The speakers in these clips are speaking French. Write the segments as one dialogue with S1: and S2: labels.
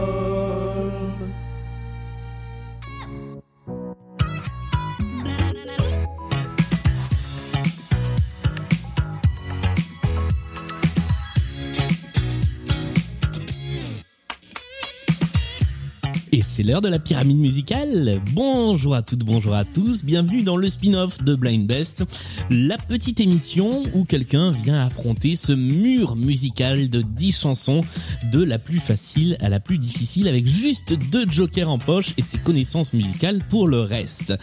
S1: Microstodome.
S2: Et c'est l'heure de la pyramide musicale. Bonjour à toutes, bonjour à tous. Bienvenue dans le spin-off de Blind Best, la petite émission où quelqu'un vient affronter ce mur musical de 10 chansons, de la plus facile à la plus difficile, avec juste deux jokers en poche et ses connaissances musicales pour le reste.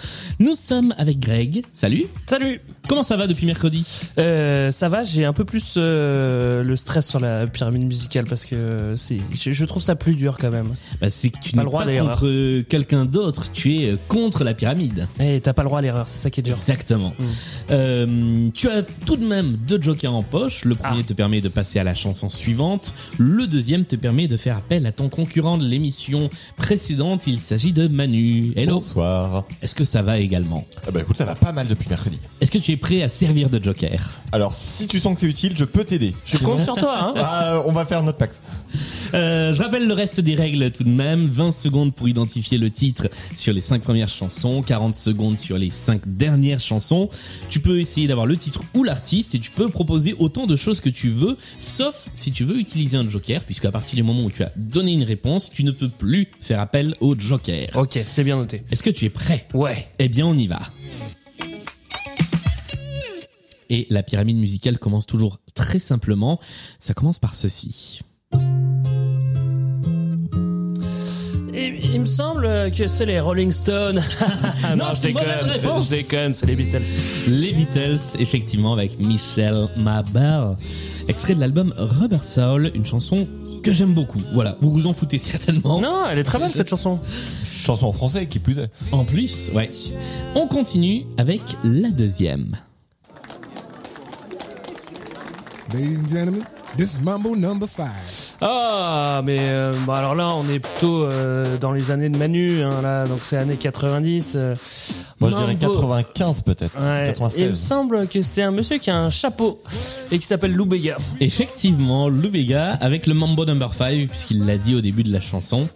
S2: Nous sommes avec Greg. Salut.
S3: Salut
S2: Comment ça va depuis mercredi
S3: euh, Ça va, j'ai un peu plus euh, le stress sur la pyramide musicale parce que c'est, je, je trouve ça plus dur quand même.
S2: bah, C'est que tu
S3: Pas
S2: n'es
S3: le droit
S2: pas
S3: d'ailleurs.
S2: contre quelqu'un d'autre, tu es euh, contre la pyramide.
S3: Et Eh, t'as pas le droit à l'erreur, c'est ça qui est dur.
S2: Exactement.
S3: Mm.
S2: Euh, tu as tout de même deux jokers en poche. Le premier te permet de passer à la chanson suivante. Le deuxième te permet de faire appel à ton concurrent de l'émission précédente. Il s'agit de Manu. Hello.
S4: Bonsoir.
S2: Est-ce que ça va également
S4: Ah bah écoute, ça va pas mal depuis mercredi.
S2: Est-ce que tu es prêt à servir de joker
S4: Alors, si tu sens que c'est utile, je peux t'aider.
S3: Je compte sur toi, hein
S4: Ah, euh, on va faire notre pacte.
S2: Euh, je rappelle le reste des règles tout de même. 20 secondes pour identifier le titre sur les 5 premières chansons, 40 secondes sur les 5 dernières chansons. Tu peux essayer d'avoir le titre ou l'artiste et tu peux proposer autant de choses que tu veux, sauf si tu veux utiliser un joker, puisqu'à partir du moment où tu as donné une réponse, tu ne peux plus faire appel au joker.
S3: Ok, c'est bien noté.
S2: Est-ce que tu es prêt
S3: Ouais.
S2: Eh bien, on y va. Et la pyramide musicale commence toujours très simplement. Ça commence par ceci.
S3: Et- il me semble que c'est les Rolling Stones. Ah, non,
S2: Non,
S3: je
S2: c'est une
S3: déconne.
S2: mauvaise réponse.
S3: Je déconne, c'est les Beatles.
S2: Les Beatles, effectivement, avec Michel Mabel. Extrait de l'album Rubber Soul, une chanson que j'aime beaucoup. Voilà, vous vous en foutez certainement.
S3: Non, elle est très belle cette chanson.
S4: Chanson en français, qui plus est.
S2: En plus, ouais. On continue avec la deuxième.
S5: Ladies and gentlemen, this is Mambo number five.
S3: Ah, mais euh, bon, alors là, on est plutôt euh, dans les années de Manu, hein, là, donc c'est années 90. euh,
S4: Moi, je dirais
S3: Mambo.
S4: 95 peut-être.
S3: Ouais. Et Il me
S4: 96.
S3: semble que c'est un monsieur qui a un chapeau et qui s'appelle Lou Béga.
S2: Effectivement, Lou Béga avec le Mambo Number 5, puisqu'il l'a dit au début de la chanson.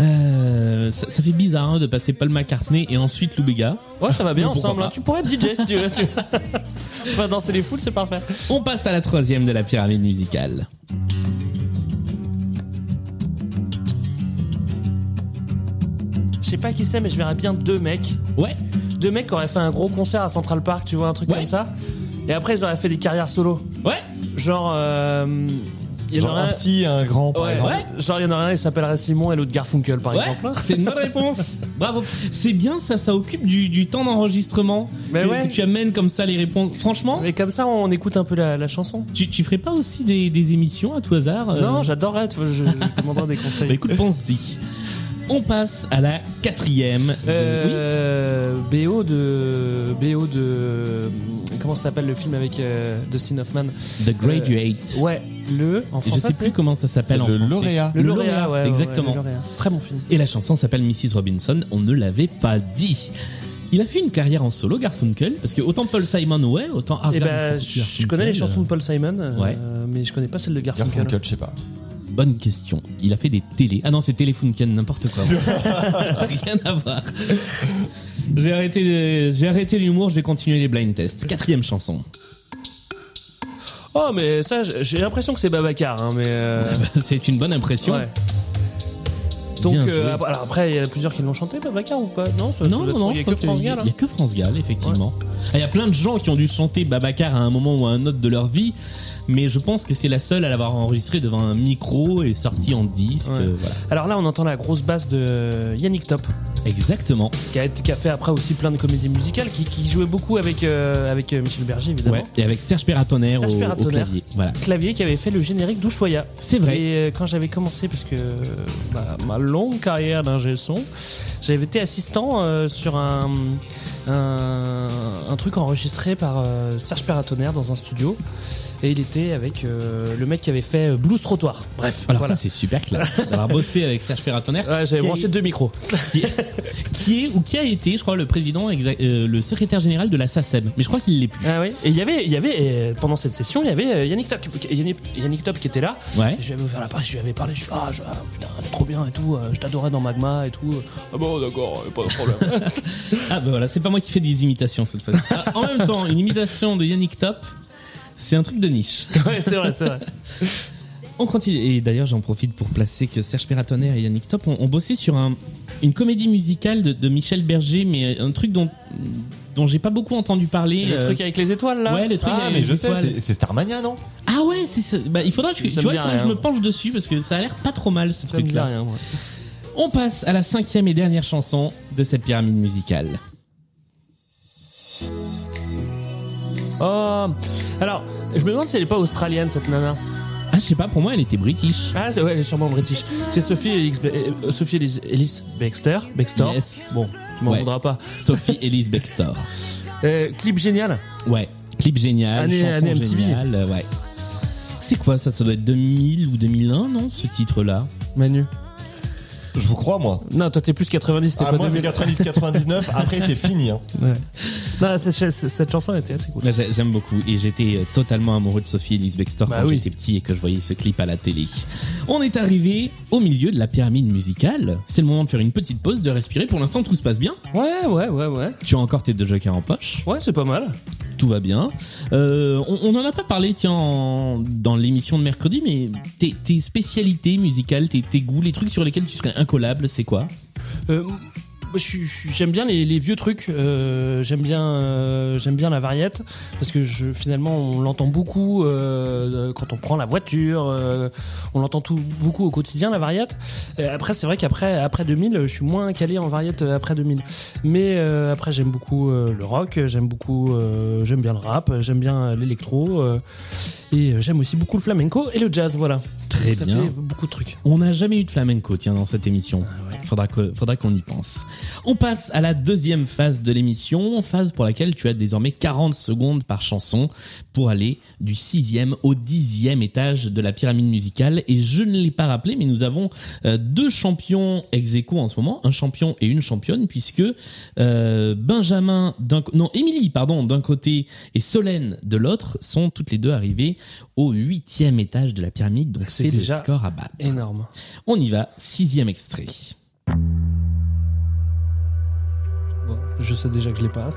S2: Euh, ça, ça fait bizarre hein, de passer Paul McCartney et ensuite Lou Béga.
S3: Ouais, ça va bien
S2: Mais pourquoi
S3: ensemble. hein.
S2: pas.
S3: Tu pourrais être DJ si tu veux. Tu... enfin, danser les foules, c'est parfait.
S2: On passe à la troisième de la pyramide musicale.
S3: Je sais pas qui c'est, mais je verrais bien deux mecs.
S2: Ouais,
S3: Deux mecs qui auraient fait un gros concert à Central Park, tu vois, un truc
S2: Ouais.
S3: comme ça. Et après, ils auraient fait des carrières solo.
S2: ouais,
S3: Genre. euh, Il y en
S4: Genre
S3: aurait
S4: un petit, un grand, par
S3: Ouais,
S4: exemple.
S3: ouais. Genre, il y en aurait un, il s'appellerait Simon et l'autre Garfunkel, par
S2: ouais.
S3: exemple. hein.
S2: C'est une bonne réponse. Bravo. C'est bien ça, ça occupe du, du temps d'enregistrement.
S3: Mais
S2: que,
S3: ouais.
S2: que tu amènes comme ça les réponses. Franchement,
S3: Mais comme ça, on écoute un peu la, la chanson.
S2: tu, tu ferais pas aussi des, des émissions à tout hasard euh,
S3: Non, j'adorerais, tu vois, je, je demanderais des
S2: Bah
S3: conseils.
S2: écoute, pense-y. On passe à la quatrième. de-
S3: Euh, BO de BO de comment ça s'appelle le film avec euh, Dustin Hoffman
S2: oui, The Graduate.
S3: euh, Ouais, le en
S2: Et je
S3: français
S2: sais plus
S3: c'est
S2: comment ça
S4: C'est
S2: s'appelle en
S4: le
S2: français.
S4: lauréat.
S3: le
S2: Le
S3: lauréat,
S2: lauréat,
S3: ouais, ouais,
S2: exactement.
S3: ouais, le lauréat. Très bon film.
S2: Et la chanson s'appelle Mrs. Robinson, on ne l'avait pas dit. Il a fait une carrière en solo, Garfunkel, parce que autant Paul Simon, ouais, autant Art
S3: Et ben,
S2: Garfunkel,
S3: je je connais les
S2: Garfunkel,
S3: chansons de Paul Simon, euh,
S2: Ouais.
S3: mais je connais pas celle de Garfunkel.
S4: Garfunkel, je sais pas.
S2: Bonne question. Il a fait des télés. Ah non, c'est Téléfunken, n'importe quoi. Rien à voir. J'ai arrêté, le- j'ai arrêté l'humour, j'ai continué les blind tests. Quatrième chanson.
S3: Oh, mais ça, j- j'ai l'impression que c'est Babacar, hein, mais. euh,
S2: C'est une bonne impression.
S3: ouais. Donc,
S2: Bien
S3: euh,
S2: joué.
S3: ap- alors après, il y en a plusieurs qui l'ont chanté, Babacar ou pas Non, ça-
S2: Non,
S3: ça-
S2: non, non,
S3: il y a
S2: je crois
S3: que
S2: que c'est-
S3: France Gall.
S2: Il y a que France Gall, effectivement. Ah, Il y a plein de gens qui ont dû chanter Babacar à un moment ou à un autre de leur vie, mais je pense que c'est la seule à l'avoir enregistré devant un micro et sorti en disque.
S3: Ouais.
S2: euh, voilà.
S3: hein. Alors là, on entend la grosse basse de euh, Yannick Top.
S2: Exactement.
S3: qui a, qui a fait après aussi plein de comédies musicales, qui, qui jouait beaucoup avec, euh, avec euh, Michel Berger évidemment.
S2: Ouais. Et avec Serge Peratonner au,
S3: Serge
S2: au
S3: Peratonnerre.
S2: clavier. Voilà.
S3: Clavier qui avait fait le générique d'Ushuaïa.
S2: C'est vrai.
S3: Et euh, quand j'avais commencé, parce que euh, bah, ma longue carrière d'ingé son, j'avais été assistant euh, sur un un, un truc enregistré par euh, Serge Peratonnerre dans un studio. Et il était avec euh, le mec qui avait fait euh, Blues Trottoir. Bref,
S2: Alors
S3: voilà.
S2: ça, c'est super classe. D'avoir bossé avec Serge Ferratonnerre.
S3: Ouais, j'avais
S2: Qui-
S3: branché deux micros.
S2: qui est, qui est ou qui a été, je crois, le président, exact- euh, le secrétaire général de la SACEM. Mais je crois qu'il l'est plus.
S3: Ah oui. Et il y avait, il y avait euh, pendant cette session, il y avait euh, Yannick Top, Yannick, Yannick Top qui était là.
S2: Ouais.
S3: Et je vais me faire la part, je lui avais parlé, je suis ah, je- ah, putain, c'est trop bien et tout, euh, je t'adorais dans Magma et tout. Ah bon, d'accord, euh, pas de problème.
S2: Ah bah voilà, c'est pas moi qui fais des imitations cette fois. en même temps, une imitation de Yannick Top, c'est un truc de niche.
S3: ouais, c'est vrai, c'est vrai.
S2: On continue. Et d'ailleurs, j'en profite pour placer que Serge Peratonnerre et Yannick Top ont, ont bossé sur un, une comédie musicale de, de Michel Berger, mais euh, un truc dont dont j'ai pas beaucoup entendu parler.
S3: le
S2: Euh,
S3: truc avec les étoiles là
S2: Ouais, le truc.
S4: Ah,
S2: avec
S4: mais
S2: les
S4: je sais,
S2: étoiles.
S4: c'est- c'est Starmania, non
S2: Ah ouais, c'est ça. Bah, il faudra que,
S3: Ça
S2: tu
S3: me dit
S2: vois, il faudra que je
S3: rien.
S2: me penche dessus parce que ça a l'air pas trop mal ce
S3: Ça me dit
S2: truc-là.
S3: rien, moi.
S2: On passe à la cinquième et dernière chanson de cette pyramide musicale.
S3: Oh Alors, je me demande si elle est pas australienne cette nana.
S2: Ah, je sais pas, pour moi, elle était british.
S3: Ah, c'est- ouais, elle est sûrement british. C'est Sophie, Elix- euh, Sophie Elise- Elise Baxter. Baxter.
S2: Yes.
S3: Bon, tu m'en
S2: Ouais.
S3: voudras pas.
S2: Sophie Elise Bextor.
S3: Euh, clip génial.
S2: Ouais, clip génial,
S3: Année-
S2: chanson
S3: année MTV.
S2: géniale, euh, ouais. C'est quoi ça Ça doit être 2000 ou 2001, non Ce titre-là
S3: Manu.
S4: Je vous crois, moi.
S3: Non, toi t'es plus 90, t'es
S4: Ah,
S3: pas
S4: moi, c'est
S3: 2000.
S4: 90-99. Après, c'est fini. hein.
S3: Ouais. Non, c'est- c'est- cette chanson elle était assez cool.
S2: Ouais, j'ai- J'aime beaucoup et j'étais euh, totalement amoureux de Sophie Elise Bextor
S3: Bah
S2: quand
S3: oui.
S2: j'étais petit et que je voyais ce clip à la télé. On est arrivé au milieu de la pyramide musicale. C'est le moment de faire une petite pause, de respirer. Pour l'instant, tout se passe bien.
S3: Ouais, ouais, ouais, ouais.
S2: Tu as encore tes deux jokers en poche.
S3: Ouais, c'est pas mal.
S2: tout va bien. Euh, on n'en a pas parlé, tiens, en- dans l'émission de mercredi, mais tes, tes spécialités musicales, tes, tes goûts, les trucs sur lesquels tu serais incollable, c'est quoi
S3: Euh, moi, je suis- je suis- J'aime bien les, les vieux trucs. euh, j'aime bien, euh, j'aime bien la variette parce que je, finalement on l'entend beaucoup euh, quand on prend la voiture. euh, on l'entend tout beaucoup au quotidien la variette. Euh, après c'est vrai qu'après après 2000, je suis moins calé en variette euh, après 2000. Mais euh, après j'aime beaucoup euh, le rock, j'aime beaucoup, euh, j'aime bien le rap, j'aime bien l'électro euh, et j'aime aussi beaucoup le flamenco et le jazz. Voilà.
S2: Très
S3: ça
S2: bien.
S3: fait beaucoup de trucs.
S2: On n'a jamais eu de flamenco, tiens, dans cette émission.
S3: Ah
S2: Faudra que- faudra qu'on y pense. On passe à la deuxième phase de l'émission, phase pour laquelle tu as désormais 40 secondes par chanson pour aller du sixième au dixième étage de la pyramide musicale. Et je ne l'ai pas rappelé, mais nous avons euh, deux champions ex aequo en ce moment, un champion et une championne, puisque euh, Benjamin, d'un co- non, Émilie, pardon, d'un côté et Solène de l'autre sont toutes les deux arrivées au huitième étage de la pyramide. Donc
S3: C'est
S2: c'est
S3: déjà
S2: le score à battre.
S3: Énorme.
S2: On y va, sixième extrait.
S3: Bon, je sais déjà que je l'ai pas.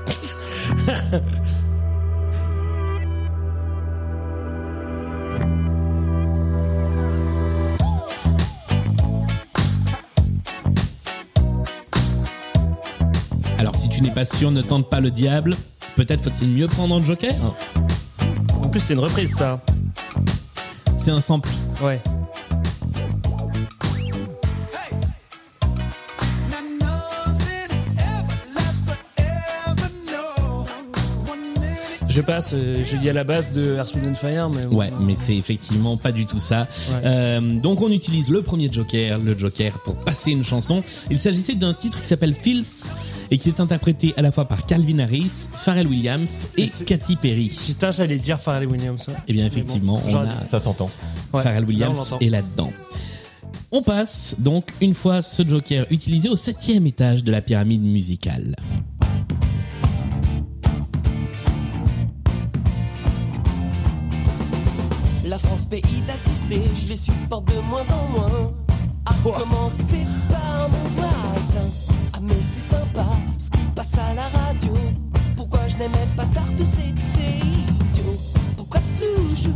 S2: Alors si tu n'es pas sûr, ne tente pas le diable. Peut-être faut-il mieux prendre un joker
S3: En plus, c'est une reprise, ça.
S2: C'est un sample.
S3: Ouais. Je passe, euh, je y à la base de Earth, Wind and Fire, mais. bon.
S2: Ouais, mais c'est effectivement pas du tout ça.
S3: Ouais.
S2: Euh, donc on utilise le premier joker, le joker pour passer une chanson. Il s'agissait d'un titre qui s'appelle Feels et qui est interprété à la fois par Calvin Harris, Pharrell Williams et
S3: Mais c'est-
S2: Katy Perry.
S3: Putain, j'allais dire Pharrell Williams.
S2: Eh bien
S3: bon,
S2: effectivement, on
S3: j'aurais
S2: a
S3: dû-
S4: Ça s'entend.
S3: Ouais,
S2: Pharrell
S3: là, on
S2: Williams
S3: l'entend.
S2: est là-dedans. On passe donc une fois ce joker utilisé au septième étage de la pyramide musicale.
S1: La France, pays d'assister, je les supporte de moins en moins. À
S3: Pouah.
S1: commencer par mon voisin. Ah, mais c'est sympa ce qui passe à la radio. Pourquoi je n'aimais pas ça, tout c'était idiot. Pourquoi toujours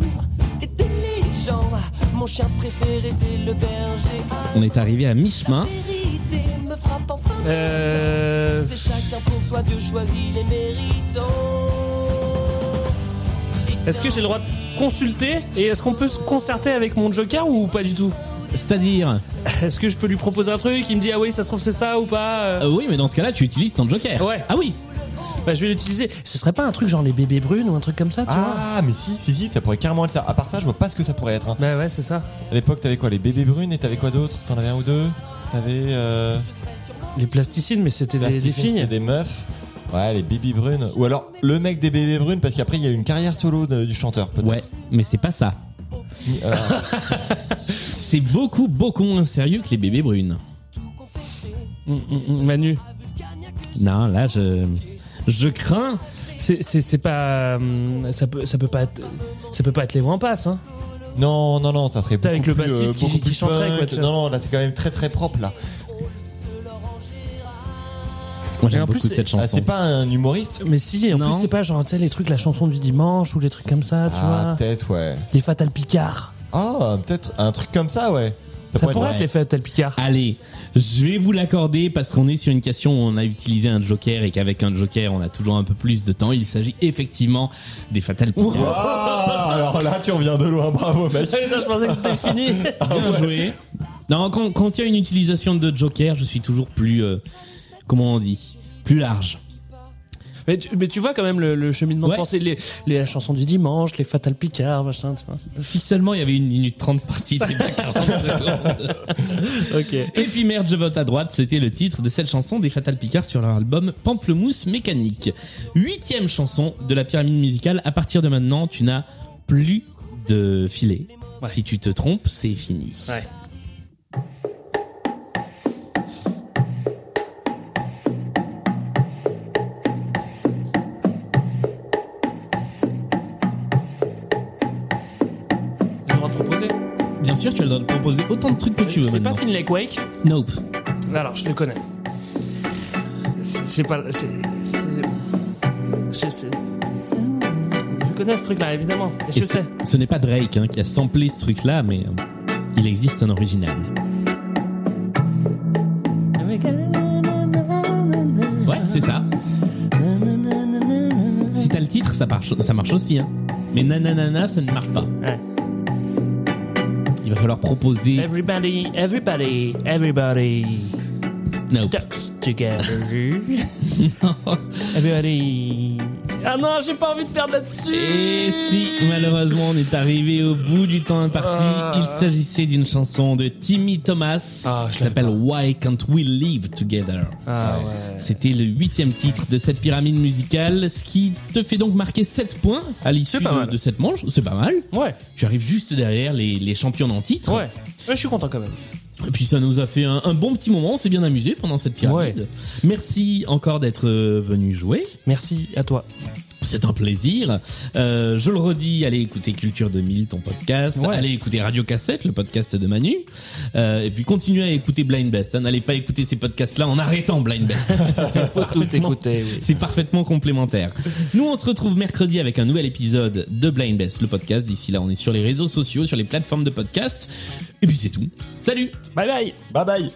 S1: aider les gens Ah, Mon chien préféré, c'est le berger. Ah,
S2: On est arrivé à
S1: La
S2: mi-chemin.
S1: vérité me frappe enfin.
S3: Euh.
S1: C'est chacun pour soi de choisir les méritants.
S3: Est-ce que j'ai le droit de consulter Et est-ce qu'on peut se concerter avec mon Joker ou pas du tout
S2: C'est-à-dire,
S3: Est-ce que je peux lui proposer un truc Il me dit, ah oui, ça se trouve, c'est ça ou pas euh
S2: euh, oui, mais dans ce cas-là, tu utilises ton joker.
S3: Ouais.
S2: Ah oui.
S3: Bah, je vais l'utiliser. Ce serait pas un truc genre les bébés brunes ou un truc comme ça, tu vois
S4: Ah, mais si, si, si, ça pourrait carrément être ça. À part ça, je vois pas ce que ça pourrait être. hein.
S3: Bah ouais, c'est ça.
S4: À l'époque, t'avais quoi Les bébés brunes et t'avais quoi d'autre T'en avais un ou deux T'avais. Euh...
S3: Les plasticines, mais c'était des, des
S4: Plasticine,
S3: filles.
S4: c'était des meufs. Ouais, les bébés brunes. Ou alors le mec des bébés brunes, parce qu'après il y a eu une carrière solo de- du chanteur, peut-être.
S2: Ouais, mais c'est pas ça.
S4: Euh,
S2: C'est beaucoup, beaucoup moins sérieux que les bébés brunes.
S3: Hum, hum, hum, Manu,
S2: Non, là, je. Je crains.
S3: c'est- c'est c'est pas hum, ça peut ça peut pas être, ça peut pas être les vents passent hein.
S4: non, non, non, ça serait beaucoup
S3: Avec le
S4: plus, euh,
S3: bassiste qui-
S4: beaucoup
S3: qui
S4: plus
S3: chanterait,
S4: punk.
S3: quoi, tu vois.
S4: Non, non, là c'est quand même très très propre là.
S2: Moi,
S3: Et
S2: j'aime
S3: en plus,
S2: beaucoup
S3: c'est-
S2: cette
S4: Ah,
S2: chanson.
S4: c'est pas un humoriste.
S3: Mais si, en
S2: Non.
S3: plus c'est pas genre tu sais les trucs la chanson du dimanche ou les trucs comme ça, tu
S4: Ah,
S3: vois.
S4: peut-être ouais.
S3: Les Fatal Picard.
S4: Ah, peut-être un truc comme ça ouais.
S3: Ça, pourrait être Ah. les Fatal Picard.
S2: Allez, je vais vous l'accorder parce qu'on est sur une question où on a utilisé un joker et qu'avec un joker, on a toujours un peu plus de temps. Il s'agit effectivement des Fatal Picard.
S4: Ah, alors là tu reviens de loin, bravo mec.
S3: Allez, non, je pensais que c'était fini.
S2: Bien joué. Non, quand quand il y a une utilisation de joker, je suis toujours plus. euh, comment on dit Plus large.
S3: mais, tu, mais tu vois quand même le, le cheminement
S2: Ouais.
S3: de pensée, les, les, la chanson du dimanche, les Fatal Picard, machin, tu vois.
S2: Si seulement il y avait une minute trente par titre et pas 40 secondes.
S3: Ok.
S2: Et puis Merde, je vote à droite, c'était le titre de cette chanson des Fatal Picard sur leur album Pamplemousse Mécanique. Huitième chanson de la pyramide musicale. À partir de maintenant, tu n'as plus de filet. Si tu te trompes, c'est fini.
S3: Ouais. J'ai le droit de proposer.
S2: Bien sûr, tu as le droit de proposer autant de trucs que tu veux
S3: C'est
S2: maintenant.
S3: pas Finlay Quake.
S2: Nope.
S3: Alors, je le connais. C'est c'est pas. c'est- c'est- Je sais. Je connais ce truc-là, évidemment.
S2: Et
S3: Je
S2: ce-
S3: sais.
S2: Ce n'est pas Drake hein, qui a samplé ce truc-là, mais euh, il existe un original. Ah Ouais, c'est ça. Si t'as le titre, ça marche, ça marche aussi. Hein. Mais nananana, ça ne marche pas.
S3: Ouais.
S2: Il va falloir proposer.
S3: Everybody, everybody, everybody
S2: Nope.
S3: ducks together. everybody. Ah non, j'ai pas envie de perdre là-dessus.
S2: Et si, malheureusement, on est arrivé au bout du temps imparti,
S3: Ah.
S2: il s'agissait d'une chanson de Timmy Thomas
S3: Ah, je
S2: qui
S3: l'avais
S2: s'appelle
S3: pas.
S2: Why Can't We Live Together.
S3: Ah ouais.
S2: C'était le huitième titre de cette pyramide musicale, ce qui te fait donc marquer 7 points à l'issue
S3: C'est pas
S2: de,
S3: mal.
S2: de cette manche. C'est pas mal.
S3: Ouais,
S2: Tu arrives juste derrière les, les champions en titre.
S3: ouais. Ouais, je suis content quand même.
S2: Et puis ça nous a fait un, un bon petit moment, on s'est bien amusé pendant cette pyramide.
S3: Ouais.
S2: Merci encore d'être euh, venu jouer.
S3: Merci à toi.
S2: C'est un plaisir. Euh, je le redis, allez écouter Culture 2000, ton podcast.
S3: Ouais.
S2: Allez écouter Radio Cassette, le podcast de Manu. Euh, et puis continuez à écouter Blind Best. hein. N'allez pas écouter ces podcasts-là en arrêtant Blind Best. C'est parfaitement,
S3: écouter, oui.
S2: c'est parfaitement complémentaire. Nous, on se retrouve mercredi avec un nouvel épisode de Blind Best, le podcast. D'ici là, on est sur les réseaux sociaux, sur les plateformes de podcast. Et puis c'est tout. Salut
S3: Bye bye.
S4: Bye bye.